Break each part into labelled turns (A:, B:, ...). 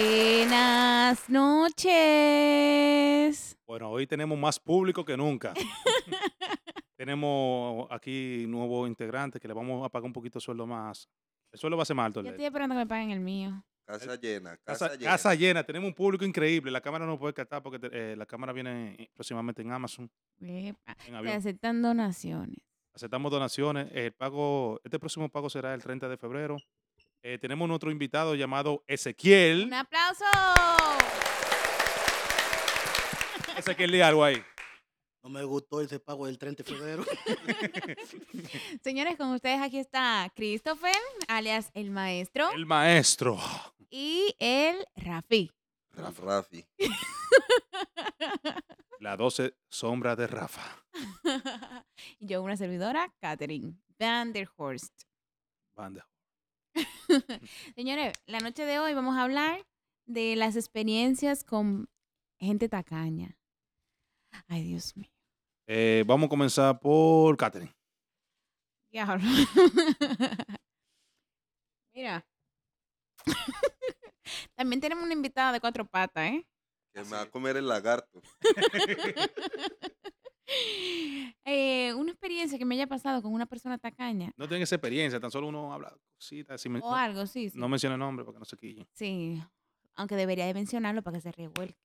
A: Buenas noches.
B: Bueno, hoy tenemos más público que nunca. tenemos aquí nuevos integrantes que le vamos a pagar un poquito de sueldo más. El sueldo va a ser más alto.
A: Yo
B: Leo.
A: estoy esperando que me paguen el mío.
C: Casa llena, casa,
B: Casa,
C: llena.
B: casa llena, tenemos un público increíble. La cámara no puede captar porque te- eh, la cámara viene eh, próximamente en Amazon,
A: Epa,
B: en
A: Te
B: avión.
A: aceptan donaciones.
B: Aceptamos donaciones. El pago, este próximo pago será el 30 de febrero. Eh, tenemos nuestro invitado llamado Ezequiel.
A: ¡Un aplauso!
B: Ezequiel, di algo ahí.
D: No me gustó ese pago del 30 de febrero.
A: Señores, con ustedes aquí está Christopher, alias el maestro,
B: El maestro.
A: y el Rafi.
C: El Rafi.
B: La 12 sombras de Rafa.
A: Y yo, una servidora, Katherine Van der Horst.
B: Banda.
A: Señores, la noche de hoy vamos a hablar de las experiencias con gente tacaña. Ay, Dios mío.
B: Eh, vamos a comenzar por Catherine.
A: Diablo. Mira. También tenemos una invitada de cuatro patas, ¿eh?
C: Que me va a comer el lagarto.
A: Eh, Una experiencia que me haya pasado con una persona tacaña.
B: No tienen esa experiencia, tan solo uno habla cositas. si me-
A: O
B: no-
A: algo, sí. Sí.
B: No menciona el nombre porque no se quille.
A: Sí. Aunque debería de mencionarlo para que se revuelque.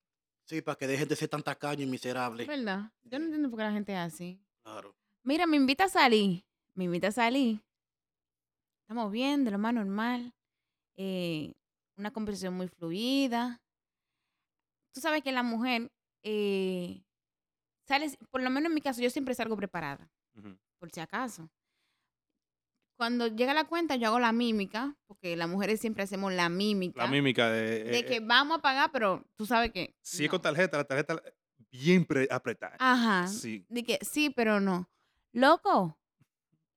D: Sí, para que dejen de ser tan tacaño y miserable.
A: ¿Verdad? Yo no entiendo por qué la gente es así.
D: Claro.
A: Mira, me invita a salir. Me invita a salir. Estamos bien, de lo más normal. eh, una conversación muy fluida. Tú sabes que la mujer eh, sales, por lo menos en mi caso, yo siempre salgo preparada,
B: Ujú.
A: por si acaso. Cuando llega la cuenta, yo hago la mímica, porque las mujeres siempre hacemos la mímica.
B: La mímica de.
A: de
B: eh,
A: que
B: eh,
A: vamos a pagar, pero tú sabes que.
B: si es con
A: no.
B: tarjeta, la tarjeta bien pre- apretada.
A: Ajá.
B: Sí.
A: De que sí, pero no. Loco,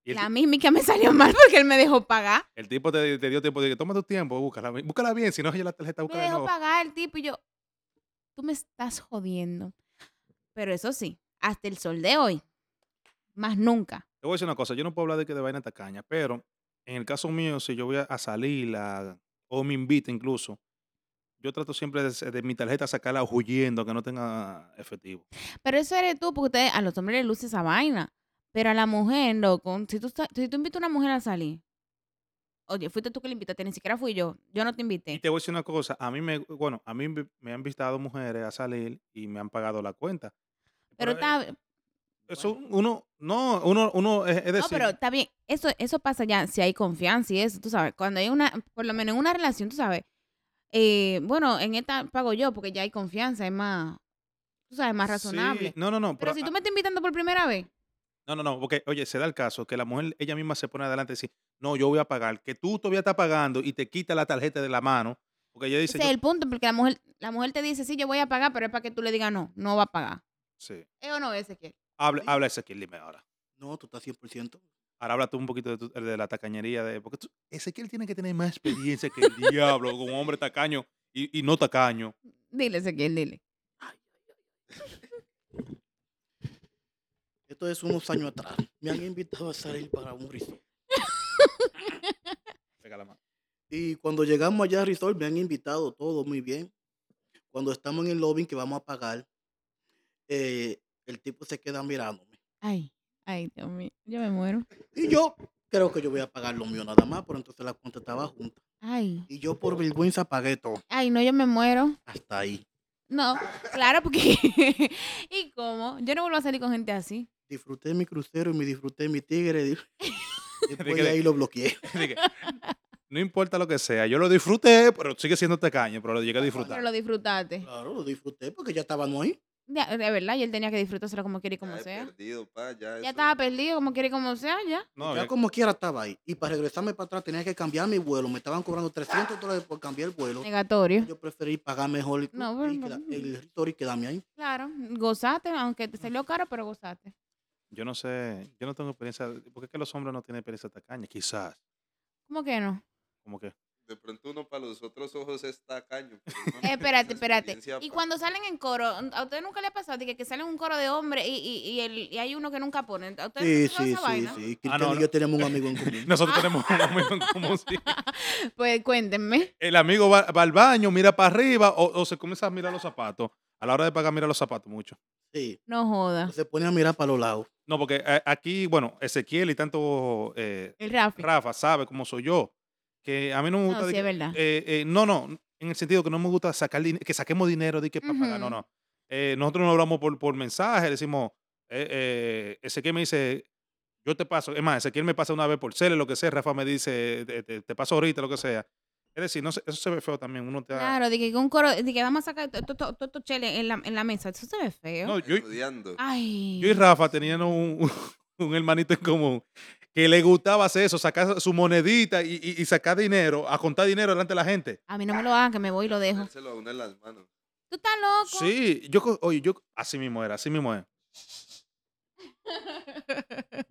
B: Y el,
A: la
B: ti-
A: mímica me salió mal porque él me dejó pagar.
B: el tipo te, te dio tiempo de que toma tu tiempo, búscala, bien- búscala bien. Si no es la tarjeta,
A: me
B: búscala de
A: dejó
B: nuevo.
A: pagar el tipo y yo, tú me estás jodiendo. Pero eso sí, hasta el sol de hoy, más nunca.
B: Te voy a decir una cosa, yo no puedo hablar de que de vaina tacaña, pero en el caso mío, si yo voy a, a salir a- o me invita incluso, yo trato siempre de, de mi tarjeta sacarla huyendo, que no tenga efectivo.
A: Pero eso eres tú, porque ustedes- a los hombres les luce esa vaina. Pero a la mujer, loco, si tú, sa- si tú invitas a una mujer a salir, oye, fuiste tú que la invitaste, ni siquiera fui yo, yo no te
B: Y
A: invité.
B: te voy a decir una cosa, a mí me, bueno, a mí me me han invitado mujeres a salir y me han pagado la cuenta.
A: Pero
B: eh,
A: está,
B: Eso uno, no, uno, uno, es, es decir,
A: no, pero está bien, eso, eso pasa ya si hay confianza y eso, tú sabes, cuando hay una, por lo menos en una relación, tú sabes, eh, bueno, en esta pago yo porque ya hay confianza, es más, tú sabes, más
B: sí,
A: razonable.
B: no, no, no.
A: Pero
B: Pero,
A: si
B: ah,
A: tú me estás invitando por primera vez,
B: No, no, no, porque, oye, se da el caso que la mujer ella misma se pone adelante y dice, no, yo voy a pagar, que tú todavía estás pagando y te quita la tarjeta de la mano, porque ella dice,
A: ese es
B: yo-
A: el punto, porque la mujer, la mujer te dice, sí, yo voy a pagar, pero es para que tú le digas, no, no va a pagar.
B: sí,
A: ¿Es o no es Ezequiel?
B: habla, habla Ezequiel, dime ahora.
D: No, tú estás 100%.
B: Ahora habla tú un poquito de, tu- de la tacañería, de, porque tú- Ezequiel tiene que tener más experiencia que el diablo, con un hombre tacaño y, y no tacaño.
A: Dile, Ezequiel, dile.
D: Esto es unos años atrás. Me han invitado a salir para un resort.
B: Pega la mano.
D: Y cuando llegamos allá al resort, me han invitado todo muy bien. Cuando estamos en el lobby que vamos a pagar, eh, El tipo se queda mirándome.
A: Ay, ay, Dios mío. Yo me muero.
D: Y yo creo que yo voy a pagar lo mío nada más, pero entonces la cuenta estaba junta.
A: Ay.
D: Y yo por vergüenza pagué todo.
A: Ay, no, yo me muero.
D: Hasta ahí.
A: No, claro, porque. ¿Y cómo? Yo no vuelvo a salir con gente así.
D: Disfruté mi crucero y me disfruté mi tigre. Después
B: que-
D: de ahí lo bloqueé.
B: Dije, no importa lo que sea, yo lo disfruté, pero sigue siendo tacaño, pero lo llegué a disfrutar.
A: Pero lo disfrutaste.
D: Claro, lo disfruté porque ya estábamos ahí.
A: De, de verdad, y él tenía que disfrutárselo como quiere y como
C: Ya he
A: sea.
C: perdido, pa, ya, eso-
A: Ya estaba perdido, como quiere y como sea, ya.
B: No,
D: ya
B: yo-
D: como quiera estaba ahí. Y para regresarme para atrás tenía que cambiar mi vuelo. Me estaban cobrando 300 dólares por cambiar el vuelo.
A: Negatorio.
D: Yo preferí pagar mejor el,
A: No,
D: crucero y
A: bueno,
D: queda-
A: bueno.
D: el resort y quedarme ahí.
A: Claro, gozaste, aunque te salió caro, pero gozaste.
B: yo no sé, yo no tengo experiencia, porque es que los hombres no tienen experiencia tacaña, quizás,
A: ¿Cómo que no?
B: como que
C: De pronto uno para los otros ojos es tacaño. pero uno
A: Eh,
C: no tiene
A: espérate,
C: esa
A: espérate.
C: experiencia,
A: Y
C: pa.
A: cuando salen en coro, ¿a usted nunca le ha pasado de que, que salen un coro de hombres y, y, y, el, y hay uno que nunca ponen? ¿A usted no
D: Sí,
A: le
D: sí,
A: pasó
D: sí,
A: esa vaina?
D: sí.
B: Ah,
D: Cristian
B: no,
D: y
B: no.
D: yo tenemos un amigo en común.
A: Ah.
B: nosotros tenemos un amigo en común, sí. Eh,
A: Pues cuéntenme.
B: El amigo va, va al baño, mira para arriba o, o se comienza a mirar los zapatos. A la hora de pagar, mira los zapatos mucho.
D: Sí.
A: No joda.
D: Se pone a mirar para los lados.
B: No, porque eh, aquí, bueno, Ezequiel y tanto eh,
A: El Rafi.
B: Rafa sabe cómo soy yo, que a mí no me gusta...
A: No,
B: de
A: sí,
B: que-
A: es verdad.
B: eh, eh, no, no, en el sentido que no me gusta sacar din- que saquemos dinero de que para pagar, no,
A: Ujú.
B: no. Eh, nosotros no hablamos por, por mensaje, le decimos, eh, eh, Ezequiel me dice, yo te paso, es más, Ezequiel me pasa una vez por cel, lo que sea, Rafa me dice, te, te- te paso ahorita, lo que sea. Es decir, no sé, eso se ve feo también, uno te da-
A: Claro, de que un coro, de que vamos a sacar to- to- to- todos estos cheles en la, en la mesa. Eso se ve feo.
B: No, yo,
C: Estudiando.
A: Ah, Ay.
B: yo y Rafa tenían un, un hermanito en común que le gustaba hacer eso, sacar su monedita y, y- y sacar dinero, a contar dinero delante de la gente.
A: A mí no me lo hagan, que me voy y lo dejo.
C: Dárselo a uno en las manos.
A: ¿Tú estás loco?
B: Sí, yo, co- oye, yo, así mismo era, así mismo era.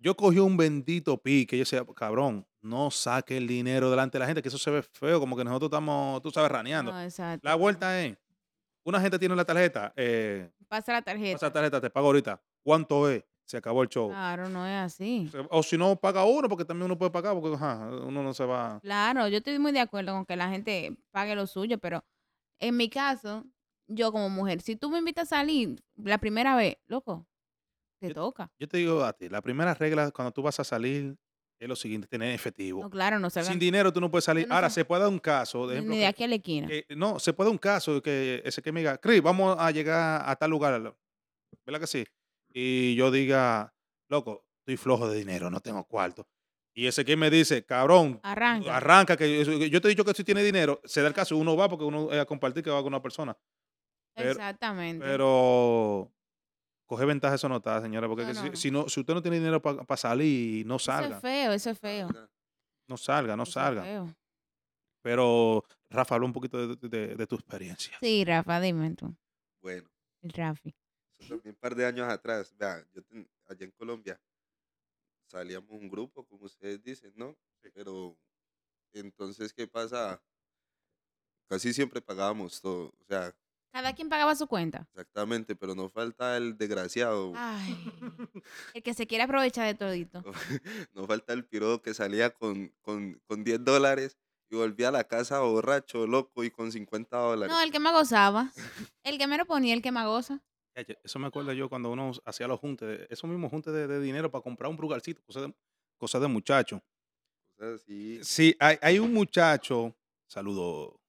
B: Yo cogí un bendito pique, yo decía, cabrón, no saque el dinero delante de la gente, que eso se ve feo, como que nosotros estamos, tú sabes, raneando.
A: No, exacto.
B: La vuelta es, una gente tiene la tarjeta, eh,
A: Pasa la tarjeta.
B: esa tarjeta te pago ahorita, ¿cuánto es? Se acabó el show.
A: Claro, no es así.
B: Se- O si no, paga uno, porque también uno puede pagar, porque ajá, uno no se va.
A: Claro, yo estoy muy de acuerdo con que la gente pague lo suyo, pero en mi caso, yo como mujer, si tú me invitas a salir la primera vez, loco, te
B: Yo-
A: toca.
B: Yo te digo a ti, la primera regla cuando tú vas a salir es lo siguiente, tener efectivo.
A: No, claro, no salgan
B: Sin dinero tú no puedes salir.
A: Yo no
B: Ahora,
A: sé.
B: se puede dar un caso, de ejemplo,
A: ni de
B: que-
A: aquí a la esquina.
B: que- no, se puede dar un caso de que ese que me diga, Cris, vamos a llegar a tal lugar, ¿verdad que sí? Y yo diga, loco, estoy flojo de dinero, no tengo cuarto. Y ese que me dice, cabrón,
A: Arranca.
B: arranca, que yo, yo te he dicho que si tiene dinero, se da el caso, uno va porque uno es a compartir que va con una persona. pero-
A: Exactamente.
B: Pero coge ventaja eso no está, señora, porque
A: No,
B: que si-
A: no.
B: Si, no, si usted no tiene dinero para salir, no
A: eso
B: salga,
A: es feo, eso es feo.
C: Ahora,
B: no salga, no
A: eso es
B: salga.
A: feo.
B: Pero Rafa, habla un poquito de, de- de tu experiencia.
A: Sí, Rafa, dime tú.
C: Bueno,
A: El Rafi.
C: eso también un par de años atrás. Vea, yo ten- allá en Colombia salíamos un grupo, como ustedes dicen, ¿no? Pero entonces, ¿qué pasa? Casi siempre pagábamos todo. O sea,
A: Cada quien pagaba su cuenta.
C: exactamente, pero no falta el desgraciado.
A: Ay. El que se quiere aprovechar de todito.
C: No falta el piro que salía con, con, con 10 dólares y volvía a la casa borracho, loco y con 50 dólares.
A: No, el que me gozaba. El que me lo ponía, el que me goza.
B: Ya, ya, Eso me acuerdo yo cuando uno hacía los juntes, esos mismos juntes de, de dinero para comprar un brugalcito, cosas de, cosa de muchacho.
C: O sea, sí,
B: Sí, hay, hay un muchacho, saludo,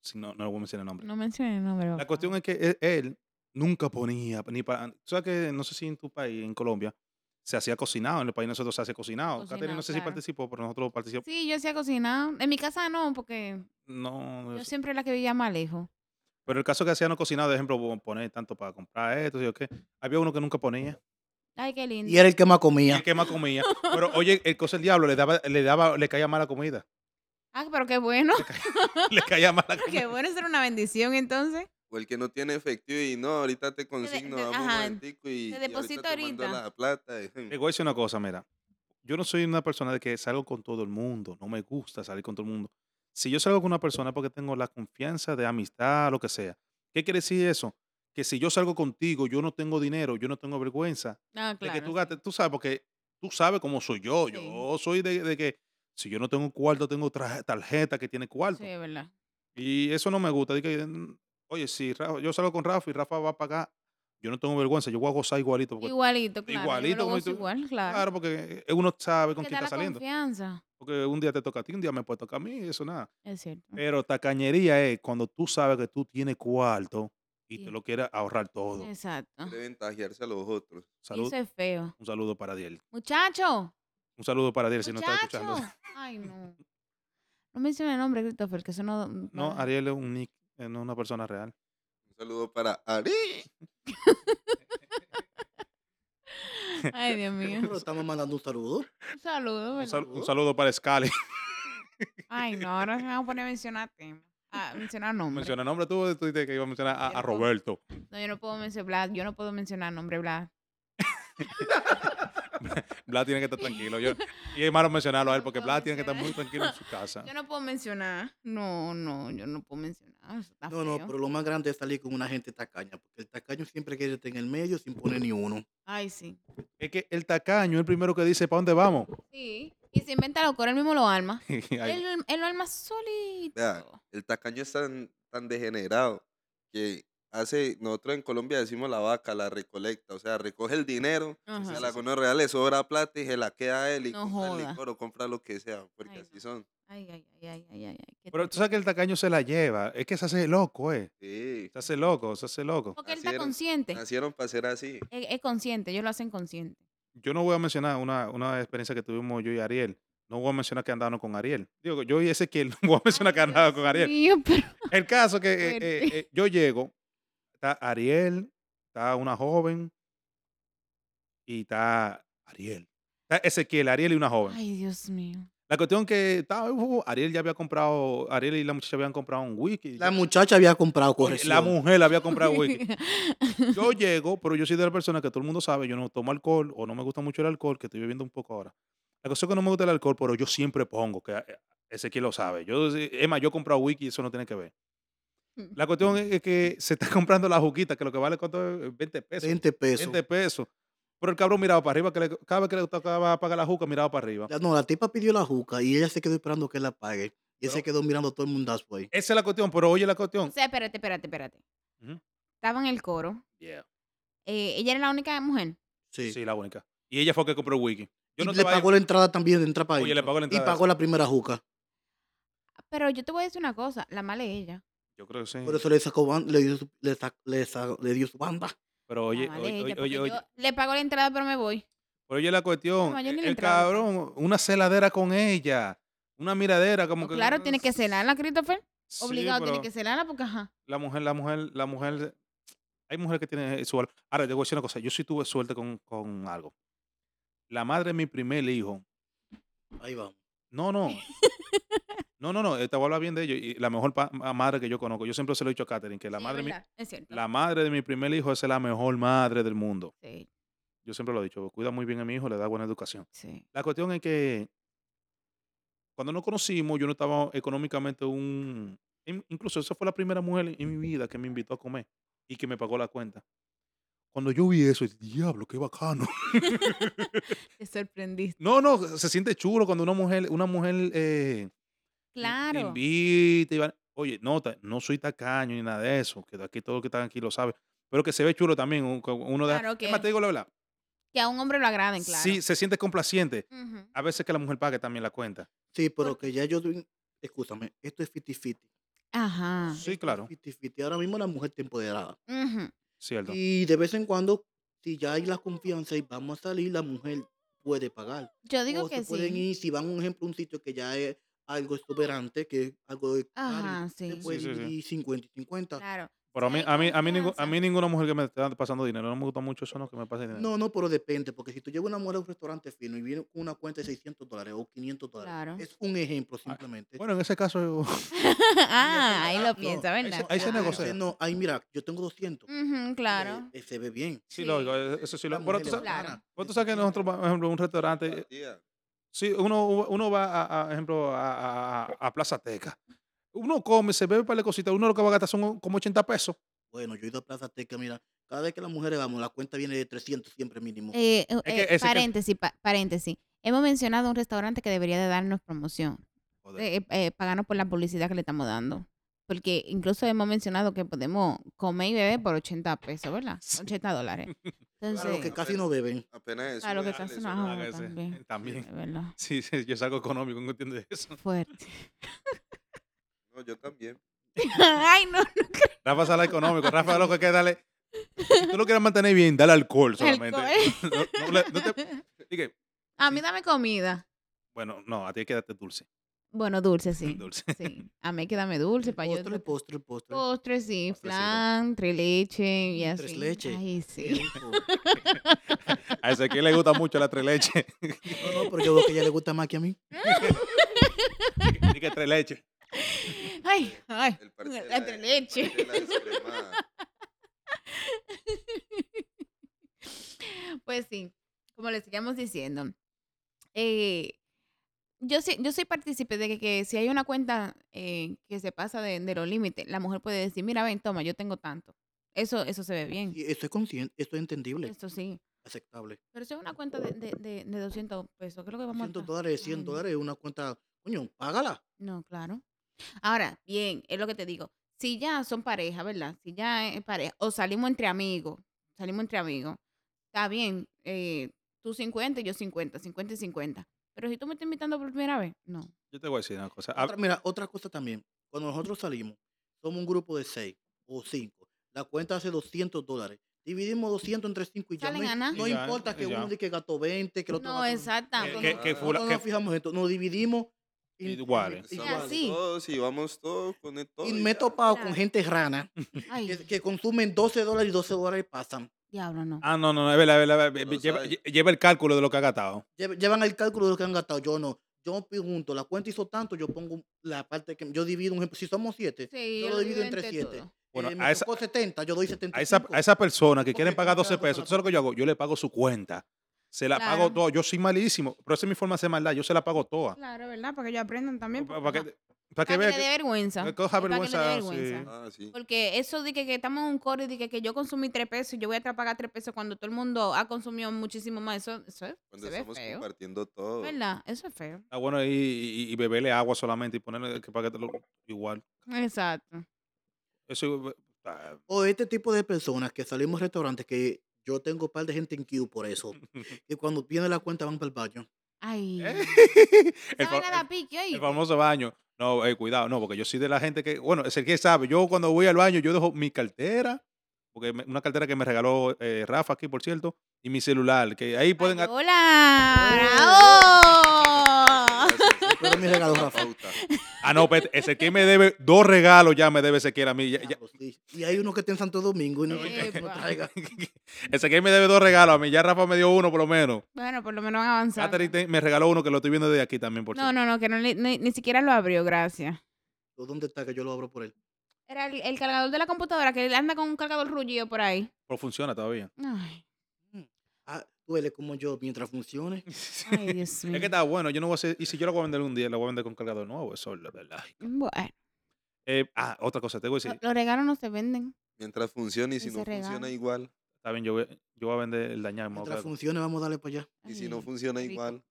B: si no, no lo voy a mencionar el nombre.
A: No mencioné el nombre.
B: La
A: papá.
B: cuestión es que e- él nunca ponía ni para. ¿Sabes que no sé si en tu país, en Colombia, se hacía cocinado? En el país nosotros se hace cocinado. Catherine,
A: Cocinado,
B: no sé si
A: claro.
B: participó, pero nosotros participamos.
A: Sí, yo hacía cocinado. En mi casa no, porque
B: No,
A: yo siempre era la que vivía más lejos.
B: pero el caso que hacían los cocinados, de ejemplo, bo- poner tanto para comprar esto, ¿sí o qué? Había uno que nunca ponía.
A: Ay, qué lindo.
D: Y era el que más
B: Y
D: comía.
B: el que más comía. Pero oye, el cosa del diablo le daba, le daba, le caía mala comida.
A: Ah, pero qué bueno.
B: Le caía mala comida.
A: qué bueno, eso era una bendición entonces.
C: o el que no tiene efectivo y no, ahorita te consigno,
A: te-
C: dame un
A: ajá,
C: momentico y,
A: te
C: y ahorita
A: deposito
C: te mando
A: ahorita.
C: la plata. y-
B: Te voy a decir una cosa, mira. Yo no soy una persona de que salgo con todo el mundo. No me gusta salir con todo el mundo. Si yo salgo con una persona es porque tengo la confianza de amistad, lo que sea. ¿Qué quiere decir eso? Que si yo salgo contigo, yo no tengo dinero, yo no tengo vergüenza.
A: Ah, claro.
B: de que tú gastes, tú sabes, porque tú sabes cómo soy yo. Yo soy de, de que si yo no tengo cuarto, tengo tra- tarjeta que tiene cuarto.
A: Sí, es verdad.
B: Y eso no me gusta. de que, mm, oye, si Rafa- yo salgo con Rafa y Rafa va a pagar Yo no tengo vergüenza, yo voy a gozar igualito. Porque,
A: Igualito, claro.
B: Igualito,
A: Igualito,
B: como tú-
A: igual, claro.
B: Claro, porque eh, uno sabe con
A: Que
B: quién
A: da la
B: está saliendo.
A: confianza.
B: Porque un día te toca a ti, un día me puede tocar a mí, eso nada.
A: Es cierto.
B: Pero tacañería es cuando tú sabes que tú tienes cuarto y te
A: Sí.
B: lo quieres ahorrar todo.
A: Exacto.
C: Quiere ventajearse a los otros.
A: Y
B: Salud.
A: eso es feo.
B: Un saludo para Diel.
A: Muchacho.
B: Un saludo para Diel si no está
A: Muchacho.
B: escuchando.
A: Ay, no. No menciona el nombre, Christopher, que eso no.
B: No, Ariel es un nick, eh, no es una persona real.
C: Un saludo para Ari.
A: Ay, Dios mío.
D: Pero estamos mandando un saludo.
A: Un saludo,
B: Un,
A: ¿verdad?
B: sal- un saludo para Scali.
A: Ay, no, ahora se me van a poner a mencionar temas. Ah, mencionar nombres.
B: Menciona nombre, tú tú dijiste que iba a mencionar a, a
A: Cierto.
B: Roberto.
A: No, yo no puedo mencionar, yo no puedo mencionar nombre, bla.
B: Blas tiene que estar tranquilo. Yo, y es malo mencionarlo a él
A: No
B: porque
A: puedo
B: Blas tiene que estar muy
A: mencionar.
B: tranquilo en su casa.
A: Yo no puedo mencionar. No, no, yo no puedo mencionar. Eso está
D: No, no,
A: Ah, feo.
D: pero lo más grande es salir con una gente tacaña, porque el tacaño siempre quiere estar en el medio sin poner ni uno.
A: Ay, sí.
B: Es que el tacaño es el primero que dice, ¿para dónde vamos?
A: Sí. Y se inventa lo que él mismo lo arma.
B: Y ahí-
A: Él, él lo arma solito.
C: Vea, el tacaño es tan, tan degenerado que hace, nosotros en Colombia decimos la vaca, la recolecta, o sea, recoge el dinero,
A: Ajá.
C: se la con real le sobra plata y se la queda a él y
A: No
C: compra el
A: joda.
C: licor o compra lo que sea, porque
A: Ay,
C: así
A: no.
C: son.
A: Ay, ay, ay, ay, ay, ay, ay. qué
B: Pero tú sabes que el tacaño se la lleva. Es que se hace loco, eh.
C: Sí,
B: Se hace loco, se hace loco.
A: Porque él
C: Así
A: está
C: era.
A: consciente.
C: nacieron para ser así.
A: Es, es consciente, ellos lo hacen consciente.
B: Yo no voy a mencionar una, una experiencia que tuvimos yo y Ariel. No voy a mencionar que andábamos con Ariel. Digo, yo y Ezequiel no voy a mencionar que andábamos con Ariel.
A: Mío, pero-
B: El caso que eh, eh,
A: Fuerte.
B: eh, yo llego, está Ariel, está una joven y está Ariel. Está Ezequiel, Ariel y una joven.
A: Ay, Dios mío.
B: La cuestión que estaba, uh, Ariel ya había comprado, Ariel y la muchacha habían comprado un whisky.
D: La muchacha había comprado
B: Oye,
D: corrección.
B: la mujer había comprado whisky. Yo llego, pero yo soy de la persona que todo el mundo sabe, yo no tomo alcohol o no me gusta mucho el alcohol, que estoy bebiendo un poco ahora. La cosa es que no me gusta el alcohol, pero yo siempre pongo, que eh, Ezequiel lo sabe. Yo, eh, es más, yo he comprado wiki, eso no tiene que ver.
D: Mm.
B: La cuestión es que se está comprando la juquita, que lo que vale cuánto es 20 pesos.
D: 20 pesos.
B: 20 pesos. Pero el cabrón miraba para arriba, que le- cada vez que le tocaba pagar la juca, miraba para arriba.
D: La- No, la tipa pidió la juca y ella se quedó esperando que él la pague. Y él se quedó mirando a todo el mundazo ahí.
B: Esa es la cuestión, pero oye la
A: O
B: cuestión.
A: sea, espérate, espérate, espérate.
B: Ujú.
A: Estaba en el coro. Eh, ella era la única mujer.
D: Sí.
B: Sí, la única. Y ella fue que compró el wiki. Yo
D: y
B: no te
D: le
B: voy a-
D: pagó la entrada también de entrar para
B: Oye, le
D: adentro.
B: pagó la entrada.
D: Y pagó la primera juca.
A: Pero yo te voy a decir una cosa, la mala es ella.
B: Yo creo que sí.
D: Por eso le sacó ban- le dio su, le sa- le sa- le dio su banda.
B: Pero
A: La
B: oye,
A: mala es
B: oye,
A: ella,
B: oye,
A: Ah, porque
B: oye,
A: yo
B: oye.
A: le pago la entrada, pero me voy.
B: Pero oye la cuestión,
A: No, yo ni
B: el,
A: le entraba.
B: cabrón, una celadera con ella, una miradera como
A: No,
B: que
A: claro, tiene que celarla, Christopher.
B: Sí,
A: Obligado, tiene
B: pero
A: que celarla porque ajá.
B: la mujer, la mujer, la mujer hay mujeres que tienen su al- Ahora te voy a decir una cosa, yo sí tuve suerte con, con algo. La madre de mi primer hijo.
D: Ahí vamos.
B: No, no. No, no, no, eh, te voy a hablar bien de ellos y la mejor pa- ma- madre que yo conozco. Yo siempre se lo he dicho a Katherine que la
A: Sí,
B: madre de mi,
A: verdad, es cierto.
B: la madre de mi primer hijo es la mejor madre del mundo.
A: Sí,
B: Yo siempre lo he dicho, cuida muy bien a mi hijo, le da buena educación.
A: sí.
B: La cuestión es que cuando nos conocimos, yo no estaba económicamente un... in- Incluso esa fue la primera mujer en mi vida que me invitó a comer y que me pagó la cuenta. Cuando yo vi eso, dije, diablo, qué bacano.
A: Te sorprendiste.
B: No, no, se siente chulo cuando una mujer, una mujer eh, in-
A: Claro.
B: invita y va- Oye, nota, no soy tacaño ni nada de eso, que de aquí todo el que están aquí lo sabe, pero que se ve chulo también. un- que Uno deja-
A: Claro
B: Es
A: que-
B: más, te digo la verdad.
A: Que a un hombre lo agraden, claro.
B: Sí, se siente complaciente.
A: Ujú.
B: A veces que la mujer pague también la cuenta.
D: Sí, pero que ya yo. doy- Escúchame, esto es fiti-fiti.
A: Ajá.
B: Sí, claro.
D: Fiti-fiti. Ahora mismo la mujer está empoderada.
A: Ujú.
B: Cierto.
D: Y de vez en cuando, si ya hay la confianza y vamos a salir, la mujer puede pagar.
A: Yo digo
D: o
A: que
D: se pueden
A: sí.
D: ir, si van, un ejemplo, a un sitio que ya es algo exuberante, que es algo de caro,
A: Ajá,
D: se
A: sí.
D: pueden
B: Sí, sí, sí.
D: ir 50 y 50.
A: Claro.
B: Pero a
A: Sí,
B: mí,
A: hay
B: a mí, a mí, ningú- a
A: confianza.
B: mí ninguna mujer que me esté pasando dinero, no me gusta mucho eso, no que me pase dinero.
D: No, no, pero depende, porque si tú llevas una mujer a un restaurante fino y viene con una cuenta de 600 dólares o 500 dólares,
A: Claro.
D: es un ejemplo simplemente.
B: Ah, Bueno, en ese caso,
A: ah, ahí
D: Ah,
A: lo
D: no,
A: piensa,
B: ahí
A: ¿verdad?
B: se- ahí se
D: Claro.
B: negocia.
D: Dice, No, ahí mira, yo tengo 200.
A: Ujú, Mm, claro.
D: eh, eh, se ve bien.
B: sí,
A: Sí.
B: lo oigo, eh, eso sí lo
D: La
B: Pero
D: mujer
B: tú
D: le
B: sabes,
D: va a
A: Claro.
D: ganar.
B: pero tú sabes que nosotros, por ejemplo, un restaurante,
C: Tía,
B: sí, uno, uno va, a, a- ejemplo, a, a- a Plaza Teca. Uno come, se bebe para la cosita, uno lo que va a gastar son como 80 pesos.
D: Bueno, yo he ido a Plaza Teca, mira, cada vez que las mujeres vamos, la cuenta viene de 300 siempre mínimo.
A: Eh, eh,
B: que
A: eh,
B: ese que-
A: paréntesis, pa- paréntesis. Hemos mencionado un restaurante que debería de darnos promoción.
B: Joder.
A: Eh, eh, pagarnos por la publicidad que le estamos dando. Porque incluso hemos mencionado que podemos comer y beber por 80 pesos, ¿verdad?
B: Sí.
A: 80 dólares.
D: Para los
A: Entonces,
D: que casi no beben.
C: Apenas eso.
A: Claro que
C: déjale
A: casi
C: eso,
A: no. Ah,
B: Hágase.
A: también.
B: También.
A: de verdad,
B: Sí, sí, yo salgo económico, ¿no entiendes eso?
A: fuerte.
C: No, yo también.
A: Ay, no,
B: Rafa sale económico. Rafa, lo que queda, dale. Si tú lo quieres mantener bien, dale alcohol solamente.
A: Alcohol.
B: No- no le- no te- Dije,
A: eh, a mí dame comida.
B: bueno, no, a ti hay que darte dulce.
A: Bueno, dulce, sí.
B: Dulce.
A: sí. A mí hay que dame dulce para yo.
D: Postre, postre, postre.
A: Postre, sí,
D: Postrecito.
A: flan, tres leche y así.
D: Tres leche.
A: Ay, sí.
D: Rico.
B: A Ezequiel le gusta mucho la tres leches.
D: No, no, pero yo veo que a ella le gusta más que a mí.
B: Dije tres leches.
A: Ay, ay.
C: El parche de
A: La
C: de-
A: leche.
C: el parche de la descremada.
A: Pues sí, como les seguíamos diciendo, eh, yo, sí- yo soy partícipe de que, que si hay una cuenta eh, que se pasa de, de los límites, la mujer puede decir, mira, ven, toma, yo tengo tanto. Eso, eso se ve bien.
D: Y esto es consciente, esto es entendible,
A: Esto sí.
D: aceptable.
A: Pero si es una cuenta de, de, de, de 200 pesos, creo que vamos a...
D: 100
A: estar-
D: dólares, 100
A: Ay, no.
D: dólares, una cuenta, coño, págala.
A: No, claro. Ahora, bien, es lo que te digo. Si ya son pareja, ¿verdad? Si ya es pareja, o salimos entre amigos, salimos entre amigos, está bien, eh, tú 50 y yo 50, 50 y 50. Pero si tú me estás invitando por primera vez, no.
B: Yo te voy a decir una cosa. Ah,
D: Otra- mira, otra cosa también. Cuando nosotros salimos, somos un grupo de 6 o 5. La cuenta hace 200 dólares. Dividimos 200 entre 5 y ya.
A: Salen
D: No,
A: a
D: im-
A: nada.
D: no
B: Y ya,
D: importa que
B: y ya.
D: uno diga que gastó 20, que el otro
A: No,
D: gastó-
B: Ah,
A: exacto.
B: que, que
C: no,
B: fula-
D: Nosotros
B: que-
D: nos fijamos esto, nos dividimos
B: Iguales.
C: Estamos
A: Ya, sí.
C: todos y vamos todos con el todo.
D: Y
C: y
D: me he
C: ya.
D: topado
A: Claro.
D: con gente rana
A: Ay,
D: que, que consumen 12 dólares y 12 dólares pasan.
A: diablo, no.
B: Ah, no, no, no, es verdad, es verdad, es
C: No
B: verdad.
C: lo
B: Lleva,
C: sabe.
B: lle- lleva el cálculo de lo que ha gastado.
D: Lle- Llevan el cálculo de lo que han gastado. Yo no. Yo pregunto, la cuenta hizo tanto, yo pongo la parte que yo divido. Un ejemplo, si somos 7,
A: Sí,
D: yo lo divido entre
A: todo.
D: 7.
B: Bueno,
D: me
B: a esa-
D: tocó 70, yo doy 75.
B: A esa, a esa persona que
D: Porque
B: quieren
D: tú
B: pagar
D: no te
B: 12
D: das cuenta.
B: pesos, ¿tú sabes lo que yo hago? Yo le pago su cuenta. Se la pago
A: Claro.
B: toda. Yo soy malísimo, pero esa es mi forma de hacer maldad. Yo se la pago toda.
A: Claro, ¿verdad? Para que ellos aprendan también.
B: Pa-
A: porque,
B: pa- Para
A: ajá,
B: que, para que vea
A: le dé
B: que-
A: vergüenza.
B: que
A: para
B: coja
A: que le dé
B: vergüenza. sí.
A: vergüenza.
C: Ah, sí.
A: Porque eso de que, que estamos en un coro y de que, que yo consumí tres pesos y yo voy a pagar tres pesos cuando todo el mundo ha consumido muchísimo más, eso, eso es-
C: Cuando
A: se ve
C: estamos
A: feo.
C: compartiendo todo.
A: ¿Verdad? Eso es feo.
B: Ah, bueno, y, y- y beberle agua solamente y ponerle que pague todo igual.
A: Exacto.
B: Eso ah,
D: O este tipo de personas que salimos a restaurantes que yo tengo un par de gente en queue por eso. y cuando viene la cuenta van para el baño.
A: Ay.
B: Eh, el,
A: Esa
B: fa-
A: vaina Mm. da pique,
B: el-
A: oíste.
B: el famoso baño. No, eh, cuidado, no, porque yo soy de la gente que, bueno, es el que sabe, yo cuando voy al baño, yo dejo mi cartera, porque me- una cartera que me regaló eh, Rafa aquí, por cierto, y mi celular, que ahí pueden...
A: Ay,
B: a-
A: ¡Hola! ¡Bravo!
C: Gracias.
D: Pero mi regalo,
C: La
D: Rafa.
C: pauta.
B: Ah, no, pero ese que me debe dos regalos ya me debe ese que a mí. Ya, ya.
D: Diablo, sí. Y hay uno que está en Santo Domingo y no,
A: Epa.
D: no traiga.
B: Ese que me debe dos regalos a mí. Ya Rafa me dio uno por lo menos.
A: Bueno, por lo menos han avanzado.
B: Catherine Ah, te- me regaló uno que lo estoy viendo desde aquí también, por
A: No,
B: cierto.
A: no, no, que no, le- ni, ni siquiera lo abrió, gracias.
D: ¿Dónde está que yo lo abro por él?
A: Era el, el cargador de la computadora que él anda con un cargador rullido por ahí.
B: Pero funciona todavía.
A: Ay,
D: Ah, duele como yo mientras funcione.
A: ay, Dios mío.
B: Es que está bueno. Yo no voy a hacer. Y si yo lo voy a vender un día, lo voy a vender con cargador nuevo. Eso es la verdad.
A: Bueno,
B: Eh, ah, otra cosa. Te voy a
A: lo-
B: decir.
A: los regalos no se venden.
C: Mientras funcione y si
A: Ese
C: no
A: regalo.
C: funciona igual.
B: Está bien, yo voy, yo voy a vender el dañado. me voy a
D: Mientras
B: quedar con-
D: funcione, vamos a darle para allá.
C: Y si no
A: Ay,
C: funciona
A: rico.
C: igual.